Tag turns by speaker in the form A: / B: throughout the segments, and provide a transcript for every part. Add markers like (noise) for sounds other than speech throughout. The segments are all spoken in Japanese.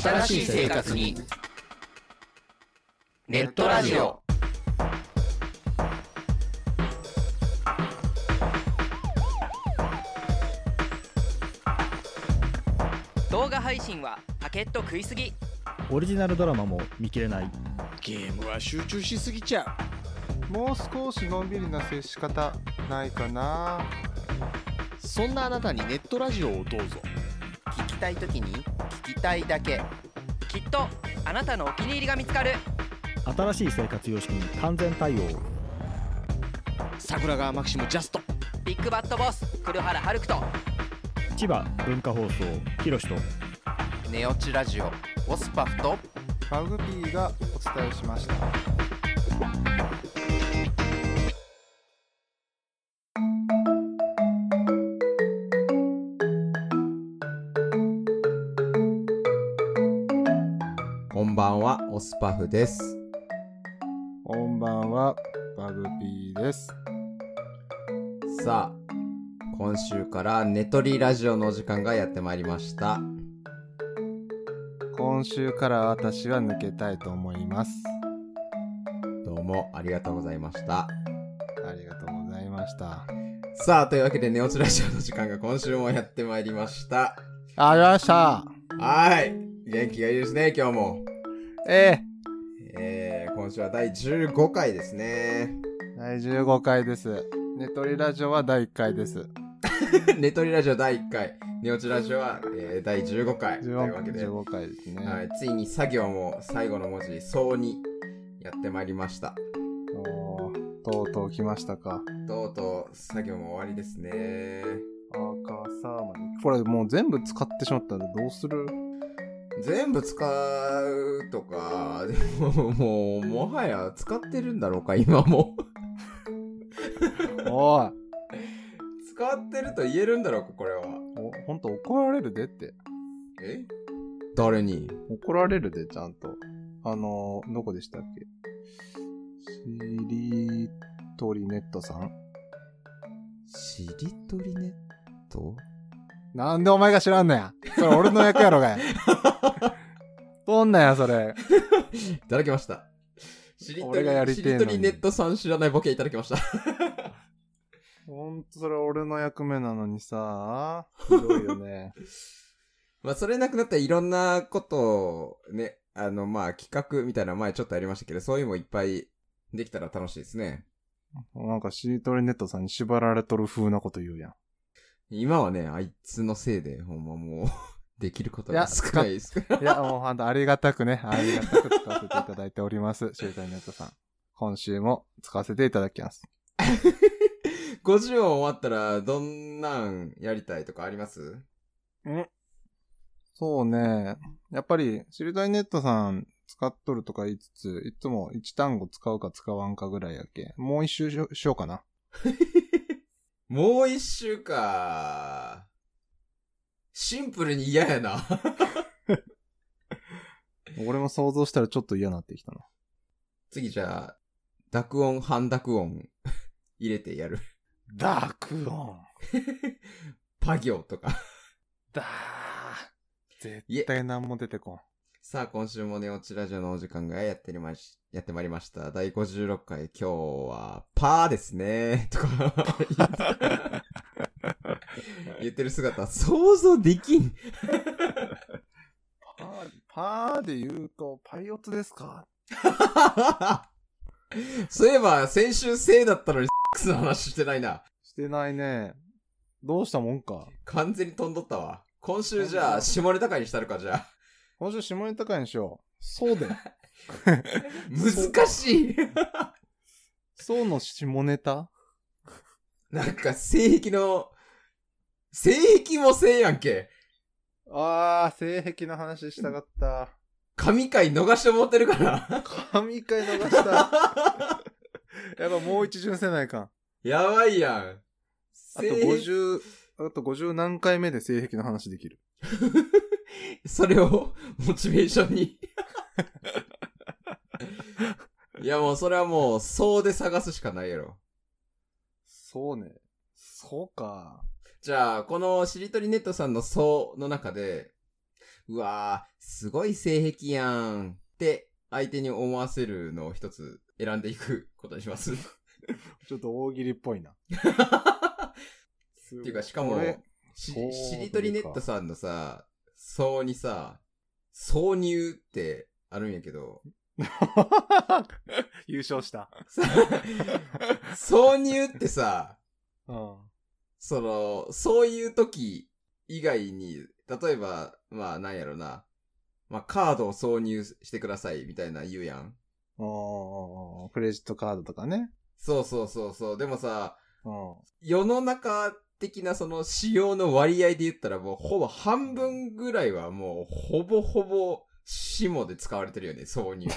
A: 新しい生活にネットラジオ
B: 動画配信はパケット食いすぎ
C: オリジナルドラマも見切れない
D: ゲームは集中しすぎちゃう
E: もう少しのんびりな接し方ないかな
D: そんなあなたにネットラジオをどうぞ
A: 聞きたいときに聞きたいだけ
B: きっとあなたのお気に入りが見つかる
C: 新しい生活様式に完全対応
D: 桜川マキシムジャスト
B: ビッグバットボス黒原遥人
C: 千葉文化放送ひろしと
A: ネオチラジオオスパフと
E: マグピーがお伝えしました
F: こんばんは、オスパフです。
E: こんばんはマグピーです
F: さあ、今週からネトリラジオのお時間がやってまいりました。
E: 今週から私は抜けたいと思います
F: どうもありがとうございました。
E: ありがとうございました
F: さあ、というわけでネオチラジオの時間が今週もやってまいりました。
E: ありました
F: はーい。元気がいいですね、今日も。
E: え
F: えー、今週は第15回ですね。 (laughs)
E: え第15回ですネトリラジオは第1回です
F: ネトリラジオ第1回、ネオチラジオは、えー第15回というわけで、は
E: 15回ですね、
F: い、ついに作業も最後の文字、そうにやってまいりました。
E: おーとうとう来ましたか
F: とうとう作業も終わりですね。
E: 赤サーマこれもう全部使ってしまったんでどうする
F: 全部使うとか、 (laughs) でももう、もはや使ってるんだろうか、今も。
E: おい
F: 使ってると言えるんだろうか、これは。
E: おほんと怒られるでって
F: え誰に
E: 怒られるでちゃんとあのー、どこでしたっけしりとりネットさん
F: しりとりネット
E: なんでお前が知らんのやそれ俺の役やろ (laughs) がいどんなんやそれ
F: いただきました。しりと
E: 俺がや
F: り
E: り
F: して
E: え
F: り
E: のに
F: とりネットさん知らないボケいただきました。
E: ほんとそれ俺の役目なのにさひどいよね
F: まあ、それなくなったらいろんなことをね、あの、まあ、企画みたいなの前ちょっとやりましたけど、そういうのもいっぱいできたら楽しいですね。
E: なんかしりとりネットさんに縛られとる風なこと言うやん
F: 今はね、あいつのせいで、ほんまもう、 (laughs) できることが少ないです (laughs) から。
E: いや、もうほんとありがたくね、ありがたく使わせていただいております。シュータイネットさん。今週も使わせていただきます。
F: 50音終わったら、どんなんやりたいとかあります
E: そうね。やっぱり、シュータイネットさん使っとるとか言いつつ、いつも一単語使うか使わんかぐらいやけ。もう一周しよしようかな。
F: もう一週か。シンプルに嫌やな。 (laughs)
E: 俺も想像したらちょっと嫌になってきたな。
F: 次じゃあ、濁音、半濁音入れてやる。
E: ダークオン。
F: パ行とか。
E: ダー。
F: い
E: 絶
F: え。
E: 対何も出てこん。
F: さあ、今週もね、オチラジオのお時間がやってりまし、やってまいりました。第56回、今日は、パーですね。 (laughs) とか言って、 (laughs) 言ってる姿、想像できん。 (laughs)
E: パー、パーで言うと、パイオツですか
F: そういえば、先週せいだったのに、 (laughs) セックスの話してないな。
E: してないね。どうしたもんか。
F: 完全に飛んどったわ。今週じゃあ、下ネタ会にしたるか、じゃあ。
E: 今週下ネタ会にしよう。そう (laughs) だよ。
F: 難しい。 (laughs)
E: そうの下ネタ
F: なんか、性癖の、性癖もせいやんけ。
E: あー、性癖の話したかった。
F: 神回逃してもってるから。
E: 神回逃した。やっぱもう一巡せないかん。あ
F: やばいやん。
E: と
F: 性癖
E: 50、あと50何回目で性癖の話できる。
F: それを、 (laughs) モチベーションに。 (laughs) いやもう、それはもう、そうで探すしかないやろ。
E: そうね。そうか。
F: じゃあ、このしりとりネットさんの層の中で、うわー、すごい性癖やんって相手に思わせるのを一つ選んでいくことにし (laughs) ます。っ
E: ちょっと大喜利っぽいな。って
F: いうか、しかも、し
E: そう
F: しりとりネットさんのさ、層にさ、挿入ってあるんやけど、
E: (laughs) 優勝した。
F: さ挿入ってさ、
E: うん。
F: その、そういう時以外に、例えば、まあ、なんやろな。まあ、カードを挿入してください、みたいな言うやん。
E: おークレジットカードとかね。
F: そうそうそうそう。でもさ、
E: うん。
F: 世の中的なその使用の割合で言ったらもうほぼ半分ぐらいはもうほぼほぼ下で使われてるよね、挿入って。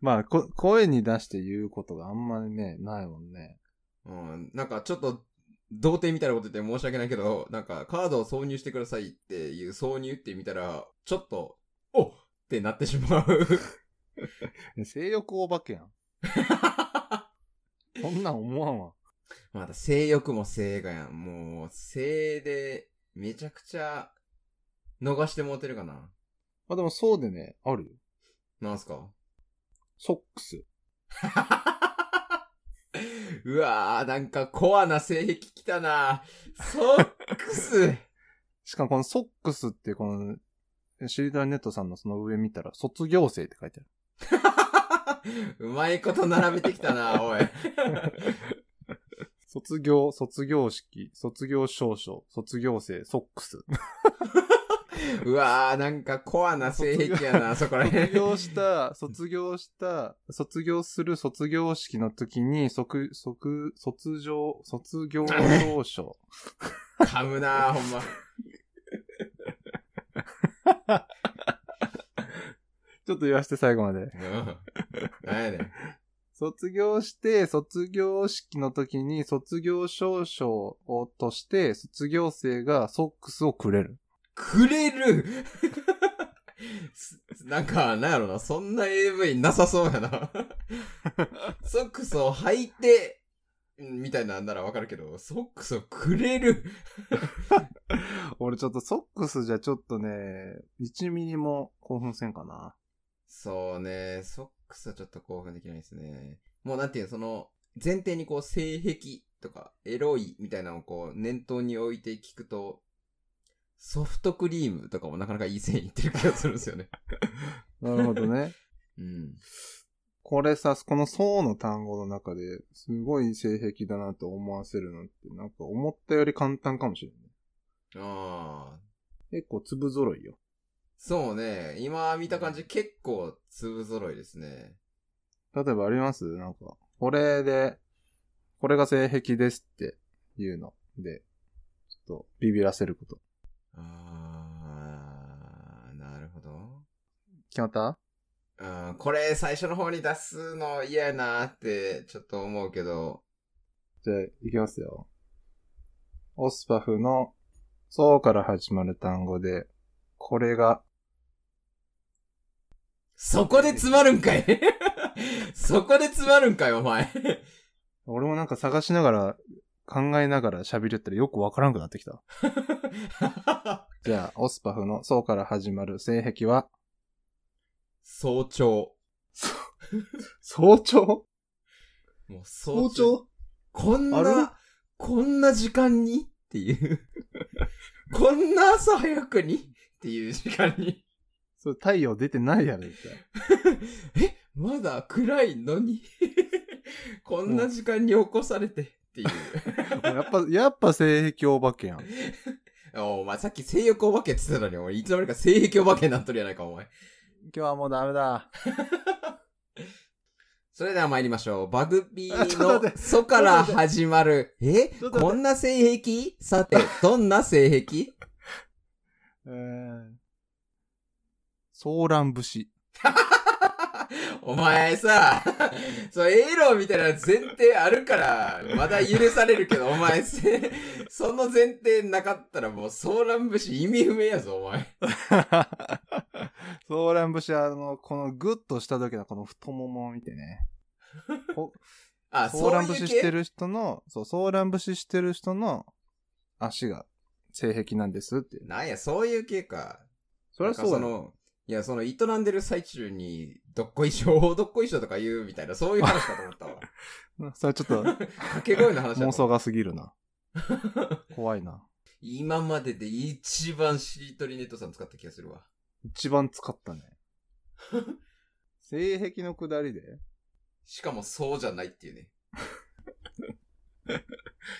E: まあこ、声に出して言うことがあんまりね、ないもんね。
F: うん、なんかちょっと、童貞みたいなこと言って申し訳ないけど、なんかカードを挿入してくださいっていう挿入って見たら、ちょっと、おっってなってしま
E: (laughs)
F: う。
E: 性欲お化け (laughs) やん。そんなん思わんわ。
F: また性欲も性がやん。もう、性で、めちゃくちゃ、逃してもうてるかな。
E: まあでもそうでね、あるよ。
F: なんすか
E: ソックス。
F: うわぁ、なんかコアな性癖きたなソックス (laughs)
E: しかもこのソックスっていうこの、シリトラネットさんのその上見たら、卒業生って書いてある。
F: うまいこと並べてきたなおい。
E: 卒業、卒業式、卒業証書、卒業生、ソックス。
F: うわぁ、なんかコアな性癖やなそこら
E: (laughs) 卒
F: 辺。
E: 業した、卒業した、卒業する卒業式の時に、即、即、卒業、卒業証書。
F: 噛むなぁ、ほんま。
E: (laughs) ちょっと言わせて最後まで。
F: うん。なんやねん。
E: 卒業して、卒業式の時に、卒業証書をとして、卒業生がソックスをくれる。
F: くれるすなんか、なんやろな、そんな AV なさそうやな。ソックスを履いて、うんみたいなんならわかるけど、ソックスをくれる
E: (laughs) 俺ちょっとソックスじゃちょっとね、1ミリも興奮せんかな。
F: そうね、ソックスはちょっと興奮できないですね。もうなんていうの、その、前提にこう、性癖とか、エロいみたいなのをこう、念頭に置いて聞くと、ソフトクリームとかもなかなかいい線いってる気がするんですよね。
E: なるほどね。
F: うん。
E: (laughs) これさ、この層の単語の中で、すごい性癖だなと思わせるのって、なんか思ったより簡単かもしれない。
F: ああ、
E: 結構粒揃いよ。
F: そうね。今見た感じ結構粒揃いですね。
E: 例えばありますなんか、これで、これが性癖ですっていうので、ちょっとビビらせること。
F: あー、なるほど。
E: 決まった
F: うん、これ最初の方に出すの嫌やなーってちょっと思うけど。
E: じゃあ、いきますよ。オスパフの、層から始まる単語で、これが、
F: そこで詰まるんかい (laughs) そこで詰まるんかいお前。 (laughs)
E: 俺もなんか探しながら、考えながら喋りよったらよくわからんくなってきた。じゃあ、オスパフの層から始まる性癖は、
F: 早朝。
E: 早朝
F: もう早こんな、こんな時間にっていう。 (laughs) こんな朝早くにっていう時間に。
E: それ太陽出てないやろ、絶対。
F: え、まだ暗いのに (laughs) こんな時間に起こされてっ
E: (laughs)
F: ていう。
E: やっぱ、やっぱ性癖お化けやん。
F: おお前さっき性欲お化けって言ってたのに、俺いつの間にか性癖お化けになっとるやないか、お前。
E: 今日はもうダメだ。
F: それでは参りましょう。バグピ
E: あちょっ
F: ー
E: と
F: の
E: 待って
F: ソから始まる。え
E: ちょっと待って
F: こんな性癖さて、どんな性癖
E: えー、ソーラン (laughs) 節。
F: (laughs) お前 (laughs) さ、そう、エロみたいな前提あるから、まだ許されるけど、お前せ、その前提なかったらもう、ソーラン節意味不明やぞ、お前。
E: ソーラン節は、あの、このグッとした時のこの太ももを見てね。こ
F: あ、
E: ソーラン
F: そういう
E: 節
F: 系
E: してる人の、そう、ソーラン節してる人の足が性癖なんですって。
F: なんや、そういう系か。
E: そりゃそうだ
F: なんか
E: よ。
F: の、いや、その、営んでる最中に、どっこいしょ、どっこいしょとか言うみたいな、そういう話かと思った (laughs) わ。
E: それはちょっと
F: 掛け声の話だと
E: 妄
F: 思った
E: 想が過ぎる (laughs) な。怖いな。
F: 今までで一番しりとりネットさん使った気がするわ。
E: 一番使 (laughs) ったね。性癖のくだりで
F: しかもそうじゃないっていうね。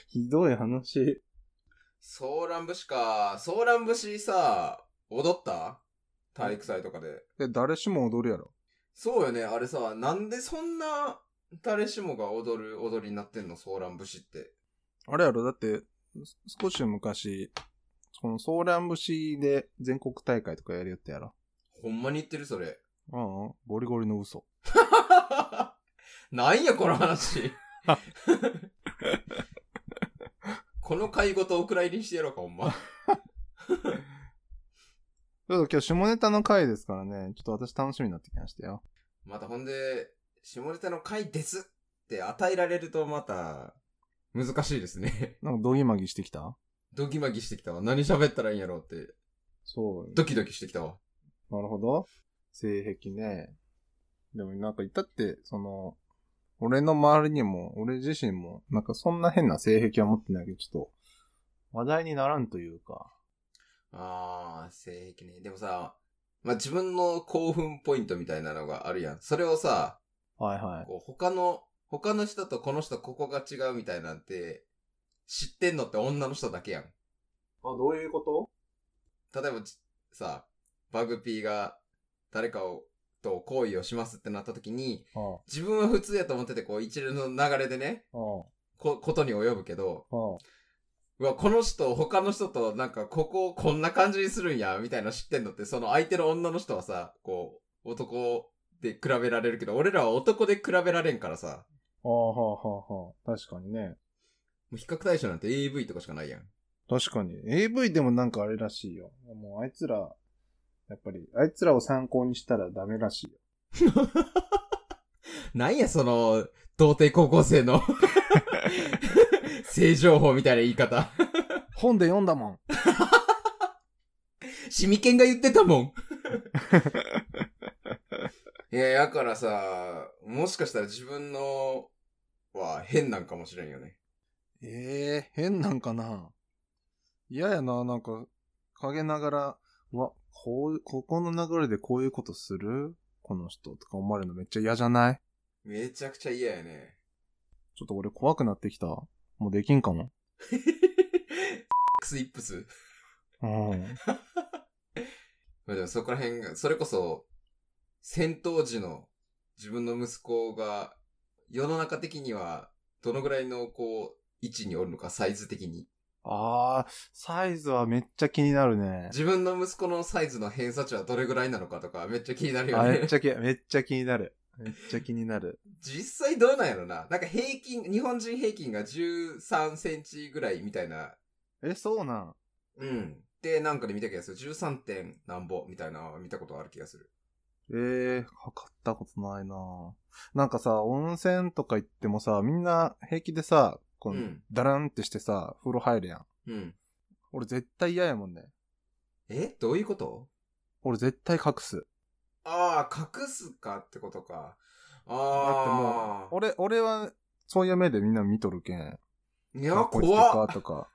E: ひどい話。
F: ソーラン節か。ソーラン節さ、踊った体育祭とかで。
E: え、誰しも踊るやろ。
F: そうよね、あれさ、なんでそんな、誰しもが踊る踊りになってんのソーラン節って。
E: あれやろ、だって、す少し昔、このソーラン節で全国大会とかやりよったやろ。
F: ほんまに言ってるそれ。 (laughs)
E: うんうん、ゴリゴリの嘘。
F: なんや、この話。この会ごとお蔵入りにしてやろうか、ほんま。
E: ちょっと今日下ネタの回ですからね、ちょっと私楽しみになってきましたよ。
F: またほんで、下ネタの回ですって与えられるとまた、難しいですね。
E: なんかドギマギしてきた
F: (laughs) ドギマギしてきたわ。何喋ったらいいんやろうって。
E: そう
F: ドキドキしてきたわ。
E: なるほど。性癖ね。でもなんか言ったって、その、俺の周りにも、俺自身も、なんかそんな変な性癖は持ってないけど、ちょっと、話題にならんというか。
F: あー、性癖ね。でもさ、まあ、自分の興奮ポイントみたいなのがあるやん。それをさ、
E: はいはい。
F: こう他の、他の人とこの人ここが違うみたいなんて、知ってんのって女の人だけやん。
E: あ、どういうこと
F: 例えばち、さ、バグピーが誰かを、と行為をしますってなった時に、
E: あ
F: 自分は普通やと思ってて、こう一連の流れでね、
E: あ、
F: こ、ことに及ぶけど、
E: ああ。
F: うわ、この人、他の人となんか、ここをこんな感じにするんや、みたいなの知ってんのって、その相手の女の人はさ、こう、男で比べられるけど、俺らは男で比べられんからさ、
E: ああ、はあ、はあ、はあ。確かにね。
F: もう比較対象なんて AV とかしかないやん。
E: 確かに。AV でもなんかあれらしいよ。もうあいつら、やっぱり、あいつらを参考にしたらダメらしいよ。
F: なんや、その、童貞高校生の、性情報みたいな言い方。
E: 本で読んだもん。
F: シミケンが言ってたもん。いや、やからさ、もしかしたら自分のは変なんかもしれんよね。
E: ええ変なんかな嫌やな、なんか、陰ながら、うわ、こう、ここの流れでこういうことするこの人とか思われるのめっちゃ嫌じゃない
F: めちゃくちゃ嫌やね。
E: ちょっと俺怖くなってきた。もうできんかも。
F: スイップス。
E: うん。
F: まあでもそこら辺が、それこそ、戦闘時の自分の息子が、世の中的には、どのぐらいの、こう、位置におるのか、サイズ的に。
E: あー、サイズはめっちゃ気になるね。
F: 自分の息子のサイズの偏差値はどれぐらいなのかとか、めっちゃ気になるよ
E: あ
F: ね。
E: めっちゃ気、めっちゃ気になる。めっちゃ気になる。
F: 実際どうなんやろななんか平均、日本人平均が13センチぐらいみたいな。
E: (laughs) え、そうなん。
F: うん。で、なんかで見た気がする。13点なんぼみたいなのは見たことある気がする。
E: ええー、測ったことないななんかさ、温泉とか行ってもさ、みんな平気でさ、こ
F: う
E: の
F: ん
E: ダランってしてさ、風呂入るやん。
F: うん。
E: 俺絶対嫌やもんね。
F: えどういうこと
E: 俺絶対隠す。
F: ああ、隠すかってことか。
E: だって
F: あ
E: もう、
F: あ。
E: 俺、俺は、そういう目でみんな見とるけん。
F: いや、
E: あこいつで
F: 怖
E: か
F: っ。
E: とか、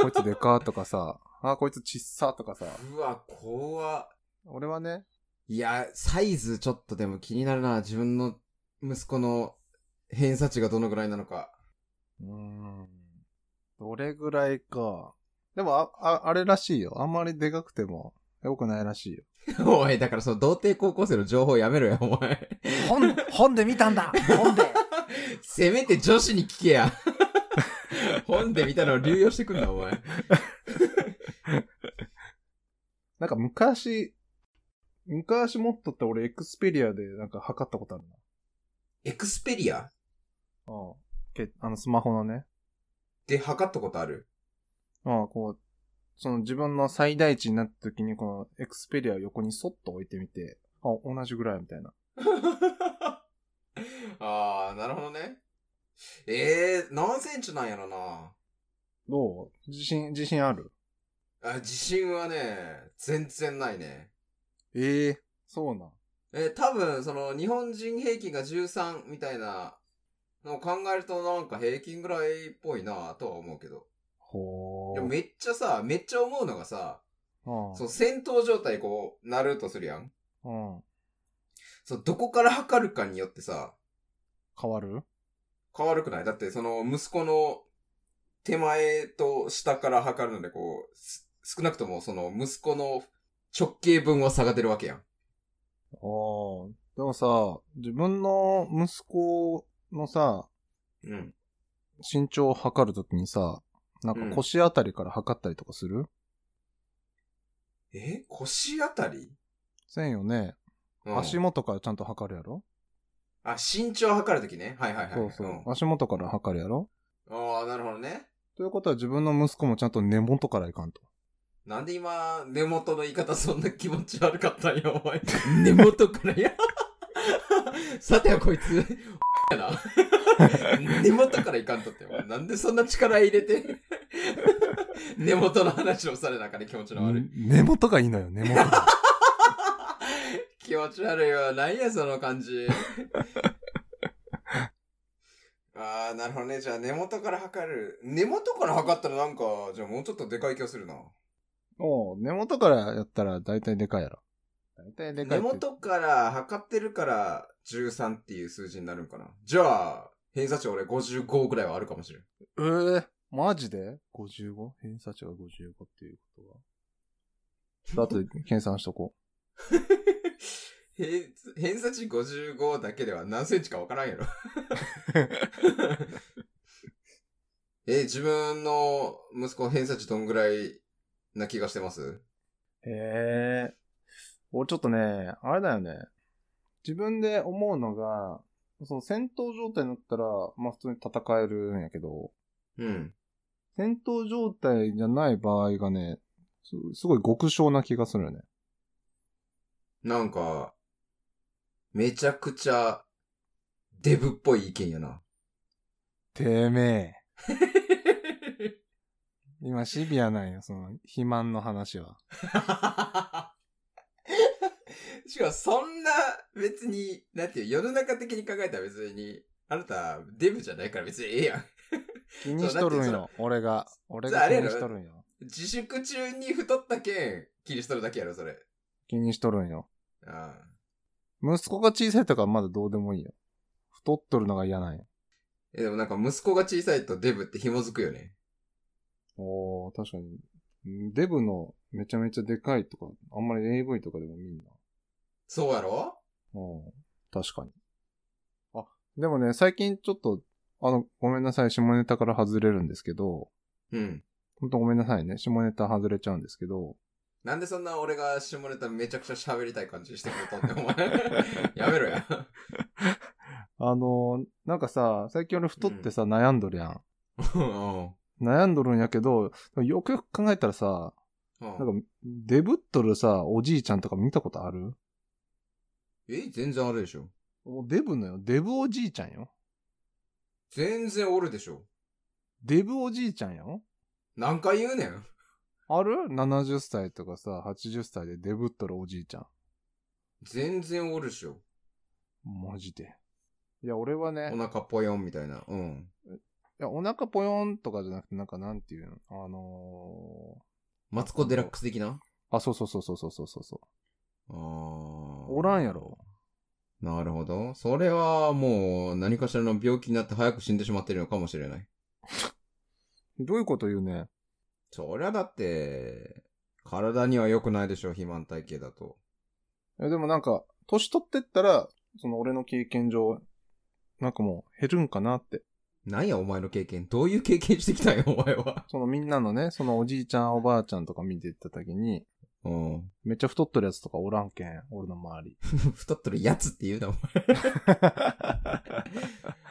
E: こいつでかとかさ、あ、こいつちっさとかさ。
F: うわ、怖っ。
E: 俺はね、
F: いや、サイズちょっとでも気になるな。自分の息子の偏差値がどのぐらいなのか。
E: うーん、どれぐらいか。でも、あ、ああれらしいよ。あんまりでかくても、良くないらしいよ。
F: (laughs) おい、だからその童貞高校生の情報やめろよ、お前。 (laughs)
E: 本、本で見たんだ本で
F: せめて女子に聞けや。 (laughs) 本で見たのを流用してくんな、お前。
E: なんか昔、昔持っとった俺、エクスペリアでなんか測ったことある
F: エクスペリア
E: な。うん。けあの、スマホのね。
F: で測ったことある
E: まあ、こう、その自分の最大値になった時に、このエクスペリアを横にそっと置いてみて、あ、同じぐらいみたいな。
F: (laughs) あー、なるほどね。えー、何センチなんやろな。
E: どう自信、自信ある
F: あ、自信はね、全然ないね。
E: ええそうなん。
F: え、多分、その、日本人平均が13みたいなのを考えるとなんか平均ぐらいっぽいなとは思うけど。
E: ほ
F: でもめっちゃさ、めっちゃ思うのがさ、
E: うん。
F: そう、戦闘状態こう、なるとするやん。
E: うん。
F: そう、どこから測るかによってさ、
E: 変わる
F: 変わるくないだって、その、息子の手前と下から測るので、こう、す少なくとも、その、息子の直径分は差が出るわけやん。
E: ああ。でもさ、自分の息子のさ、
F: うん。
E: 身長を測るときにさ、なんか腰あたりから測ったりとかする、
F: え腰あたり、
E: せんよね。
F: うん
E: 足元からちゃんと測るやろ、
F: あ、身長測るときね。はいはいはい。
E: そうそう、足元から測るやろ
F: うんああ、なるほどね。
E: ということは自分の息子もちゃんと根元からいかんと。
F: なんで今、根元の言い方そんな気持ち悪かったんや、お前。 (laughs) 根元からや。 (laughs) さてはこいつ、やな。 (laughs) 根元からいかんとって。お前なんでそんな力入れて、 (laughs) 根元の話をされなあかんね、気持ちの悪い。
E: 根元がいいのよ、根元が。
F: 気持ち悪いわ。何や、その感じ。ああ、なるほどね。じゃあ根元から測る。根元から測ったらなんか、じゃあもうちょっとでかい気がするな。
E: (laughs) おう根元からやったら大体でかいやろ。大体でかい
F: 根
E: って。
F: 元から測ってるから13っていう数字になるんかな。じゃあ、偏差値俺55ぐらいはあるかもしれん。
E: えー、マジで ?55? 偏差値が55っていうことは。ちょっと後で計算しとこ
F: 偏偏差値55だけでは何センチかわからんやろ。 (laughs) え、自分の息子偏差値どんぐらいな気がしてます
E: う。へえ。俺ちょっとね、あれだよね。自分で思うのが、その戦闘状態になったら、まあ普通に戦えるんやけど、
F: うん。
E: 戦闘状態じゃない場合がね、すすごい極小な気がするよね。
F: なんか、めちゃくちゃデブっぽい意見やな。
E: てめえ。
F: (laughs)
E: 今シビアなんよ、その、肥満の話は。
F: しかもそんな別に、なんていう、世の中的に考えたら別に、あなたデブじゃないから別にええやん。 (laughs)
E: 気にしとるん
F: そうだっ
E: よ、俺が。俺
F: そう
E: が
F: あれ
E: 気
F: やろ
E: にしとるんよ。
F: 自粛中に太った件、気にしとるだけやろ、それ。
E: 気にしとるんよ。
F: ああ
E: 息子が小さいとかまだどうでもいいよ。太っとるのが嫌なんよ。
F: え、でもなんか息子が小さいとデブって紐づくよね。
E: おー、確かに。んデブのめちゃめちゃでかいとか、あんまり AV とかでも見んな。
F: そうやろ
E: うん。確かに。あ、でもね、最近ちょっと、あの、ごめんなさい、下ネタから外れるんですけど、
F: うん。
E: ほんとごめんなさいね、下ネタ外れちゃうんですけど、
F: なんでそんな俺が下ネタめちゃくちゃ喋りたい感じしてくるとって、お前。 (laughs) やめろや。
E: あのーなんかさ、最近俺太ってさ、悩んどるやん。
F: うん。うん
E: 悩んどるんやけど、よくよく考えたらさ、なんか、デブっとるさ、おじいちゃんとか見たことある
F: え、全然あるでしょ。
E: もうデブのよ。デブおじいちゃんよ。
F: 全然おるでしょ。
E: デブおじいちゃんよ。
F: 何回言うねん。
E: ある ?70 歳とかさ、80歳でデブっとるおじいちゃん。
F: 全然おるでしょ。
E: マジで。いや、俺はね
F: お、腹ぽよんみたいな。うん。
E: いや、お腹ぽよんとかじゃなくて、なんか、なんていうのあの
F: マツコデラックス的な
E: ー、あ、そうそうそうそうそうそうそう。
F: あー
E: おらんやろ。
F: なるほど。それはもう何かしらの病気になって早く死んでしまってるのかもしれない。
E: どういうこと言うね。
F: そりゃだって、体には良くないでしょう、肥満体型だと。
E: いや、でもなんか、年取ってったら、その俺の経験上、なんかもう減るんかなって。
F: なんやお前の経験。どういう経験してきたんや、 (laughs) お前は。
E: そのみんなのね、そのおじいちゃんおばあちゃんとか見てった時に、
F: うん。 (laughs)
E: めっちゃ太っとるやつとかおらんけん、俺の周り。
F: 太っとるやつって言うな、
E: (laughs)
F: お前。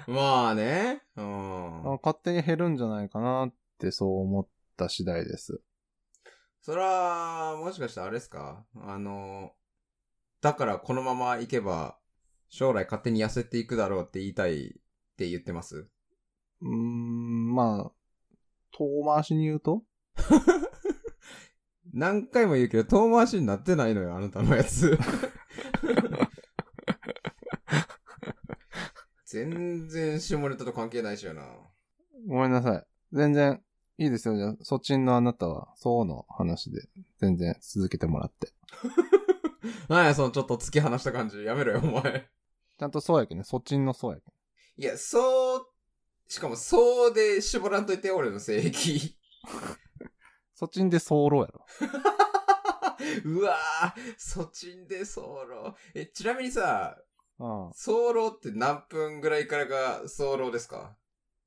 F: まあね。うん。
E: あ勝手に減るんじゃないかなってそう思った次第です。
F: そら、もしかしてあれですかあの、だからこのまま行けば、将来勝手に痩せていくだろうって言いたいって言ってます
E: うーん、まあ、遠回しに言うと
F: 何回も言うけど、遠回しになってないのよ、あなたのやつ。全然下ネタと関係ないしよな。
E: ごめんなさい。全然、いいですよ。じゃあ、そっちのあなたは、そうの話で、全然続けてもらって。
F: なんや、そのちょっと突き放した感じ。やめろよ、お前。
E: ちゃんとそうやけんね。そっちのそうやけん。
F: いや、そう、しかもそうで絞らんといて、俺の性癖。
E: そっちんでそうろうやろ。
F: (laughs) うわぁ、そっちんでソロ。え、ちなみにさ、
E: うん。
F: ソロって何分ぐらいからがソロですか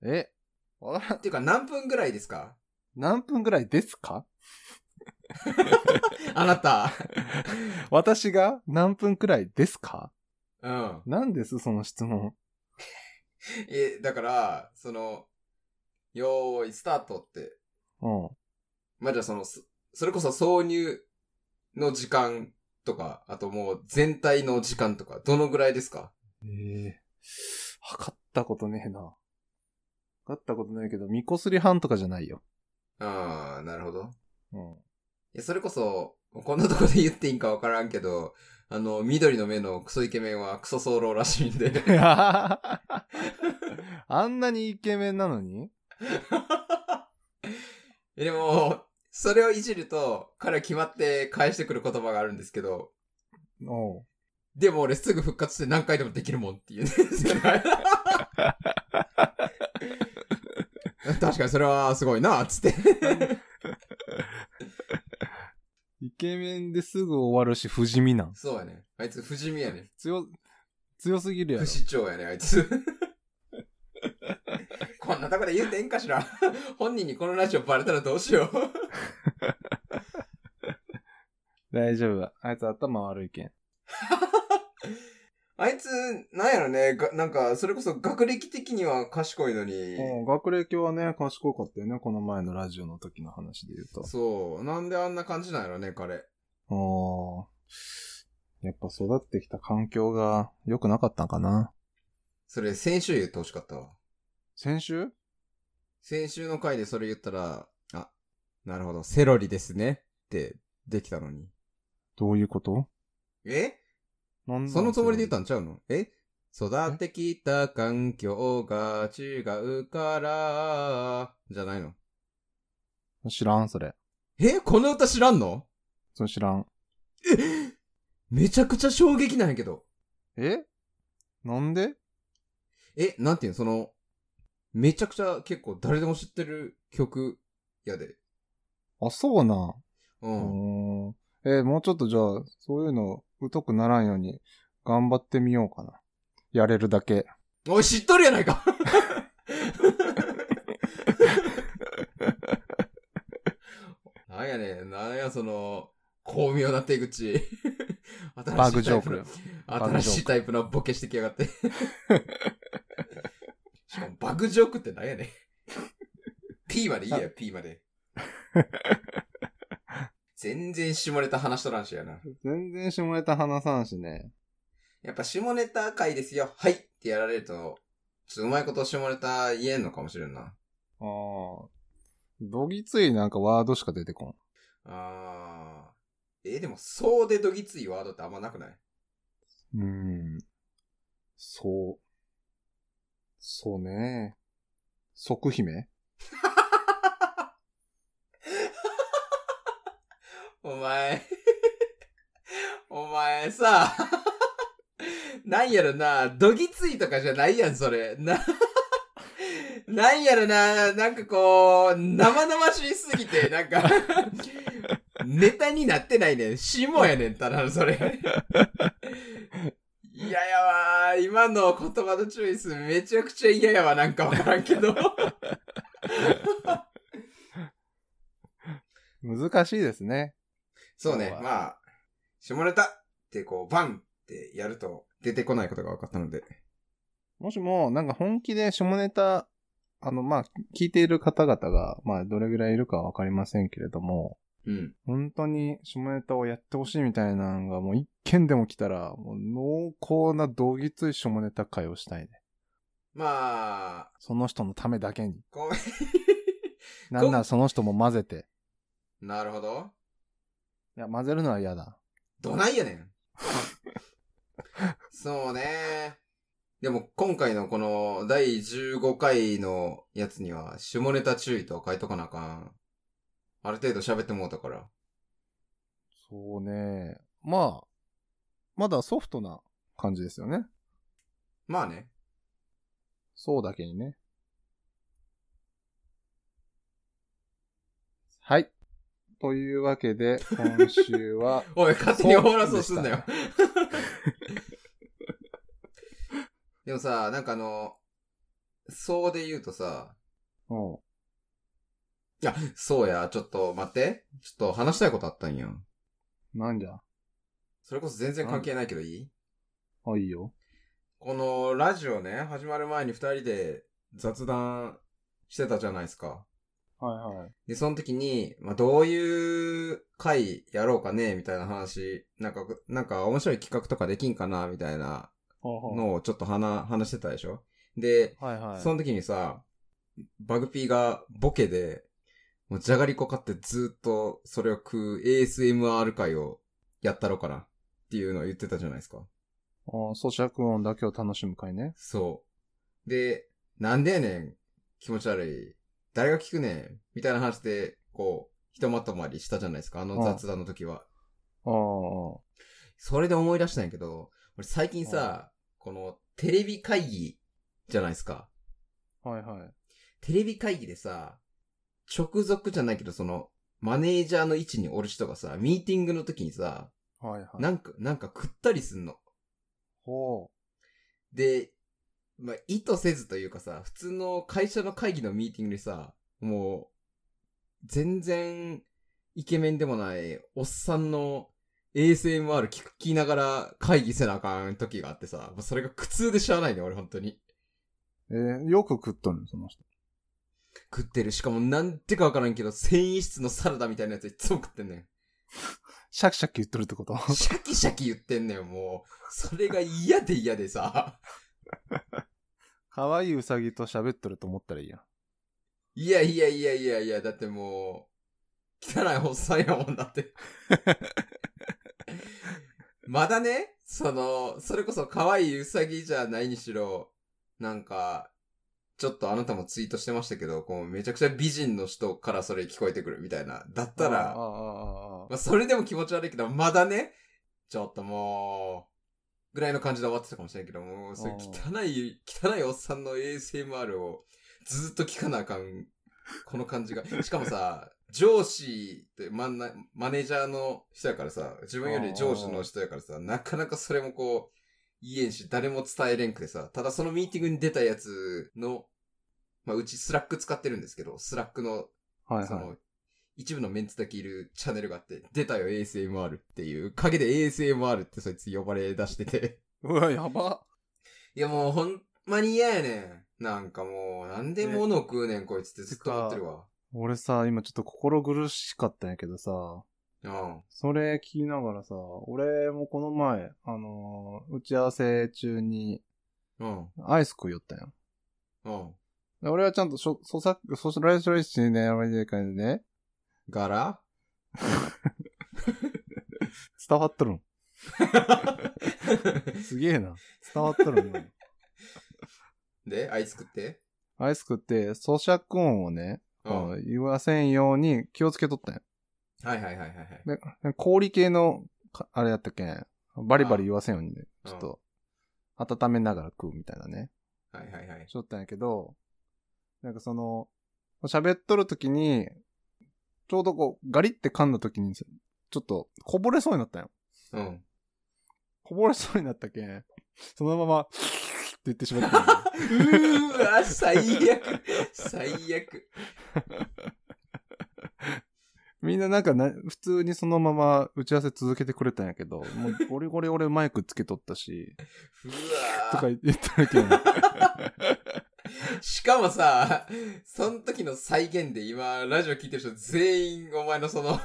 E: えわからん。
F: っていうか何分ぐらいですか
E: 何分ぐらいですか
F: あな
E: (laughs)
F: た。
E: 私が何分くらいですか
F: うん。
E: 何ですその質問。
F: え、だから、その、よーい、スタートって。
E: うん。
F: まあ、じゃあその、そそれこそ挿入の時間とか、あともう全体の時間とか、どのぐらいですか
E: ええ測ったことねえな。測ったことないけど、みこすり半とかじゃないよ。
F: ああ、なるほど。
E: うん。 (laughs)
F: いや、それこそ、こんなとこで言っていいんかわからんけど、あの、緑の目のクソイケメンはクソソロらしいんで。 (laughs)
E: あんなにイケメンなのに
F: えでも、それをいじると、彼は決まって返してくる言葉があるんですけど、
E: おう
F: でも俺すぐ復活して何回でもできるもんっていうね。 (laughs) 確かにそれはすごいな、つって。
E: イケメンですぐ終わるし、不死身なん。
F: そうやね。あいつ不死身やね。
E: 強、強すぎるや
F: 不
E: ろ。
F: 死鳥やね、あいつ。 (laughs) こんなとこで言うてええんかしら。本人にこのラジオバレたらどうしよう。
E: 大丈夫。あいつ頭悪いけん。
F: あいつ、なんやろね、がなんか、それこそ学歴的には賢いのに、
E: うん、学歴はね、賢かったよね。この前のラジオの時の話で言うと。
F: そう、なんであんな感じなんやろね、彼。
E: おーやっぱ育ってきた環境が良くなかったんかな。
F: それ、先週言ってほしかったわ。
E: 先週
F: 先週の回でそれ言ったら、あ、なるほど、セロリですね、って、できたのに。
E: どういうこと
F: え
E: なんだ
F: そのつもりで言ったんちゃうのえ育ってきた環境が違うから、じゃないの。
E: 知らん、それ。
F: えこの歌知らんの
E: それ知らん。
F: えめちゃくちゃ衝撃なんやけど。
E: えなんで
F: え、なんていうのその、めちゃくちゃ結構誰でも知ってる曲やで。
E: あ、そうな。
F: う。
E: うんん。えーもうちょっとじゃあ、そういうの疎くならんように、頑張ってみようかな。やれるだけ。
F: おい、知っとるやな
E: (laughs)
F: いかなんやねん、なんやその、巧妙な手口。
E: バグジョーク
F: 新しい。タイプの。新しいタイプのボケしてきやが
E: (laughs)
F: って。しかも、バグジョークってなんやねん。P までいいや、P まで。全然下ネタ話しとらんしやな。
E: 全然下ネタ話さんしね。
F: やっぱ下ネタ回ですよ。はいってやられると、ちょっとうまいこと下ネタ言えんのかもしれんな。
E: ああ。どぎついなんかワードしか出てこん。
F: あー。えーでも、そうでどぎついワードってあんまなくない
E: うん。そう。そうね。即姫
F: (laughs) お前、お前さ、 (laughs) なんやろな、どぎついとかじゃないやん、それ。な、 (laughs) なんやろな、なんかこう、生々しすぎて、なんか、 (laughs) ネタになってないねん。下やねん、ただのそれ。 (laughs) いややわ今の言葉のチョイスめちゃくちゃ嫌やわ、なんかわからんけど。
E: 難しいですね。
F: そうね
E: 今日、は
F: まあ、下ネタってこう、バンってやると出てこないことが分かったので。
E: もしも、なんか本気で下ネタ、あの、まあ、聞いている方々が、まあ、どれぐらいいるかはわかりませんけれども、
F: うん。
E: 本当に下ネタをやってほしいみたいなのが、もう一件でも来たら、もう濃厚な同義つい下ネタ会をしたいね。
F: まあ、
E: その人のためだけに。
F: こ (laughs)
E: なんならその人も混ぜて。
F: う、なるほど。
E: いや、混ぜるのは嫌だ。
F: どないやね
E: (laughs)
F: ん。そうね。でも今回のこの第15回のやつには下ネタ注意とは書いとかなあかん。ある程度喋ってもうたから。
E: そうね。まあ、まだソフトな感じですよね。
F: まあね。
E: そうだけにね。はい。というわけで、今週 (laughs) は、
F: おい、勝手に終わらそうすんなよ。 (laughs) でもさ、なんかあの、そうで言うとさ、
E: うん。
F: いや、そうや、ちょっと待って。ちょっと話したいことあったんや。
E: なんじゃ
F: それこそ全然関係ないけどいい
E: あ、いいよ。
F: このラジオね、始まる前に二人で雑談してたじゃないですか。
E: はいはい。
F: で、その時に、まあ、どういう回やろうかね、みたいな話、なんか、なんか面白い企画とかできんかな、みたいなのをちょっと話、話してたでしょで、
E: はいはい。
F: その時にさ、バグピーがボケで、もうじゃがりこ買ってずっとそれを食う ASMR 回をやったろかなっていうのを言ってたじゃないですか。
E: あ咀嚼音だけを楽しむ会ね。
F: そう。で、なんでやねん、気持ち悪い。誰が聞くねん、みたいな話で、こう、ひとまとまりしたじゃないですか、あの雑談の時は。
E: ああ。
F: それで思い出したんやけど、俺最近さ、このテレビ会議じゃないですか。
E: はいはい。
F: テレビ会議でさ、直属じゃないけど、その、マネージャーの位置におる人がさ、ミーティングの時にさ、
E: はいはい。
F: なんか、なんか食ったりすんの。
E: ほ
F: で、まあ、意図せずというかさ、普通の会社の会議のミーティングでさ、もう、全然、イケメンでもない、おっさんの ASMR 聞くきながら会議せなあかん時があってさ、もうそれが苦痛でしゃあないね、俺本当に。
E: う。えーよく食っとるの、その人。
F: 食ってる。しかもなんてかわからんけど、繊維質のサラダみたいなやついつも食ってんねん。
E: シャキシャキ言っとるってこと
F: シャキシャキ言ってんねん、もう。それが嫌で嫌でさ。
E: 可愛いウサギと喋っとると思ったらいいやん。
F: いやいやいやいやいや、だってもう、汚いおっさんやもんだって。まだね、その、それこそ可愛いウサギじゃないにしろ、なんか、ちょっとあなたもツイートしてましたけど、こうめちゃくちゃ美人の人からそれ聞こえてくるみたいな。だった
E: あ
F: ら、
E: ああああ
F: まあ、それでも気持ち悪いけど、まだね、ちょっともう、ぐらいの感じで終わってたかもしれんけど、もう、そういう汚い、汚いおっさんの ASMR をずっと聞かなあかん、この感じが。 (laughs) しかもさ、上司ってマンナマネージャーの人やからさ、自分より上司の人やからさ、なかなかそれもこう、言えんし、誰も伝えれんくてさ、ただそのミーティングに出たやつの、まあ、うちスラック使ってるんですけど、スラックの
E: あ。はい
F: そ
E: はい。
F: の、一部のメンツだけいるチャンネルがあって、出たよ ASMR っていう、陰で ASMR ってそいつ呼ばれ出してて。
E: うわ、やば。
F: (laughs) いやもうほんまに嫌やねん。なんかもう、なんで物食うねんこいつってずっと思ってるわ。
E: 俺さ、今ちょっと心苦しかったんやけどさ、
F: うん。
E: それ聞きながらさ、俺もこの前、あのー打ち合わせ中に
F: うん。
E: アイス食いよったんや。
F: うん。
E: で俺はちゃんとしょ、そさ、そそらいそらいしね、やばいでかいね、
F: 柄
E: 伝わっとるん。すげえな。伝わっとるんよ。
F: (laughs) で、あいつ食って。
E: アイス食って、咀嚼音をね、
F: うん。
E: こ
F: はいう
E: 言わせんように気をつけとったんや。
F: はいはいはいはい。
E: で氷系のか、あれやったっけんバリバリ言わせんようにね、
F: あ
E: ちょっと、温めながら食うみたいなね。
F: はいはい (laughs) はい。
E: しとったんやけど、なんかその、喋っとる時に、ちょうどこう、ガリって噛んだ時に、ちょっと、こぼれそうになったんよ。
F: うん。
E: こぼれそうになったけん、そのまま、って言ってしまったん
F: (laughs)
E: よ。
F: うーわ、最悪。最 (laughs) 悪。
E: みんななんかな、普通にそのまま打ち合わせ続けてくれたんやけど、もう、ゴリゴリ俺マイクつけとったし、
F: うわー
E: とか言ったらけん。
F: しかもさ、その時の再現で今、ラジオ聞いてる人全員お前のその、 (laughs) っ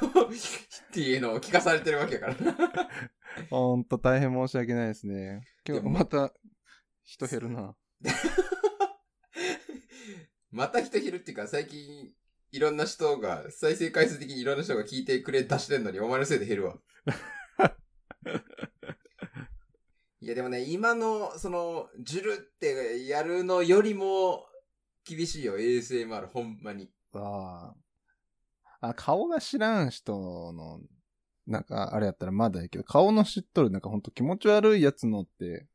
F: ていうのを聞かされてるわけやからな。
E: ほんと大変申し訳ないですね。今日
F: でも
E: また、人減るな。
F: また人減るっていうか最近、いろんな人が、再生回数的にいろんな人が聞いてくれ出してんのに、お前のせいで減るわ。いや、でもね、今の、その、ジュルってやるのよりも、厳しいよ、ASMR、ほんまに。
E: ああ。あ、顔が知らん人の、なんか、あれやったらまだやけど、顔の知っとる、なんかほんと気持ち悪いやつのって、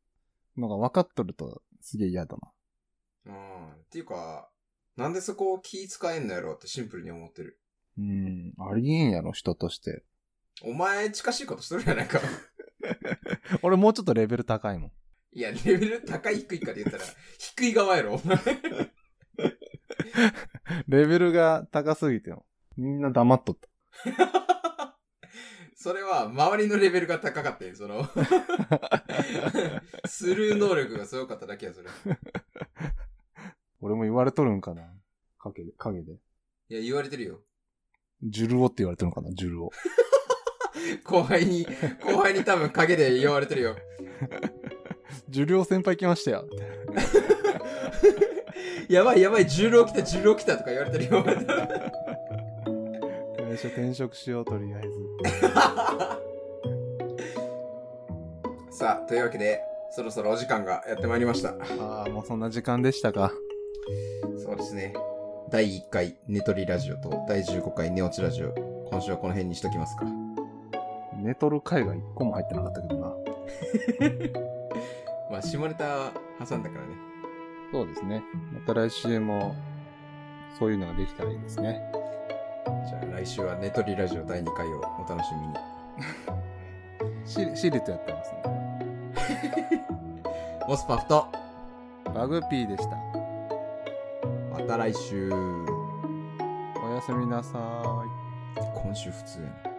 E: のが分かっとると、すげえ嫌だな。
F: うん。っていうか、なんでそこを気使えんのやろってシンプルに思ってる。
E: うん。ありえんやろ、人として。
F: お前、近しいことしとるやないか。
E: (laughs)
F: (laughs)
E: 俺もうちょっとレベル高いもん。
F: いや、レベル高い低いかで言ったら、 (laughs) 低い側やろ、お前。 (laughs)
E: レベルが高すぎても。みんな黙っとった。
F: それは、周りのレベルが高かったよ、その。スルー能力がすごかっただけや、それ。
E: 俺も言われとるんかな影で、影で。
F: いや、言われてるよ。
E: ジュルオって言われてるのかなジュルオ。
F: 後輩に、後輩に多分陰で言われてるよ。
E: (laughs) ジュルオ先輩来ましたよ。
F: やばいやばい、重量来た、重量来たとか言われてるよ。 (laughs)
E: 最初転職しよう、とりあえず。
F: さあ、というわけで、そろそろお時間がやってまいりました。
E: ああ、もうそんな時間でしたか。
F: そうですね。第1回、ネトリラジオと第15回、ネオチラジオ。今週はこの辺にしときますか。
E: 寝とる回が一個も入ってなかったけどな。
F: まあ、下ネタ挟んだからね。
E: そうですね。また来週も、そういうのができたらいいですね。
F: じゃあ来週はネトリラジオ第2回をお楽しみ
E: シ
F: に。
E: シリとやってますね。
F: モスパフと、
E: バグピーでした。
F: また来週。
E: おやすみなさーい。
F: 今週普通やな。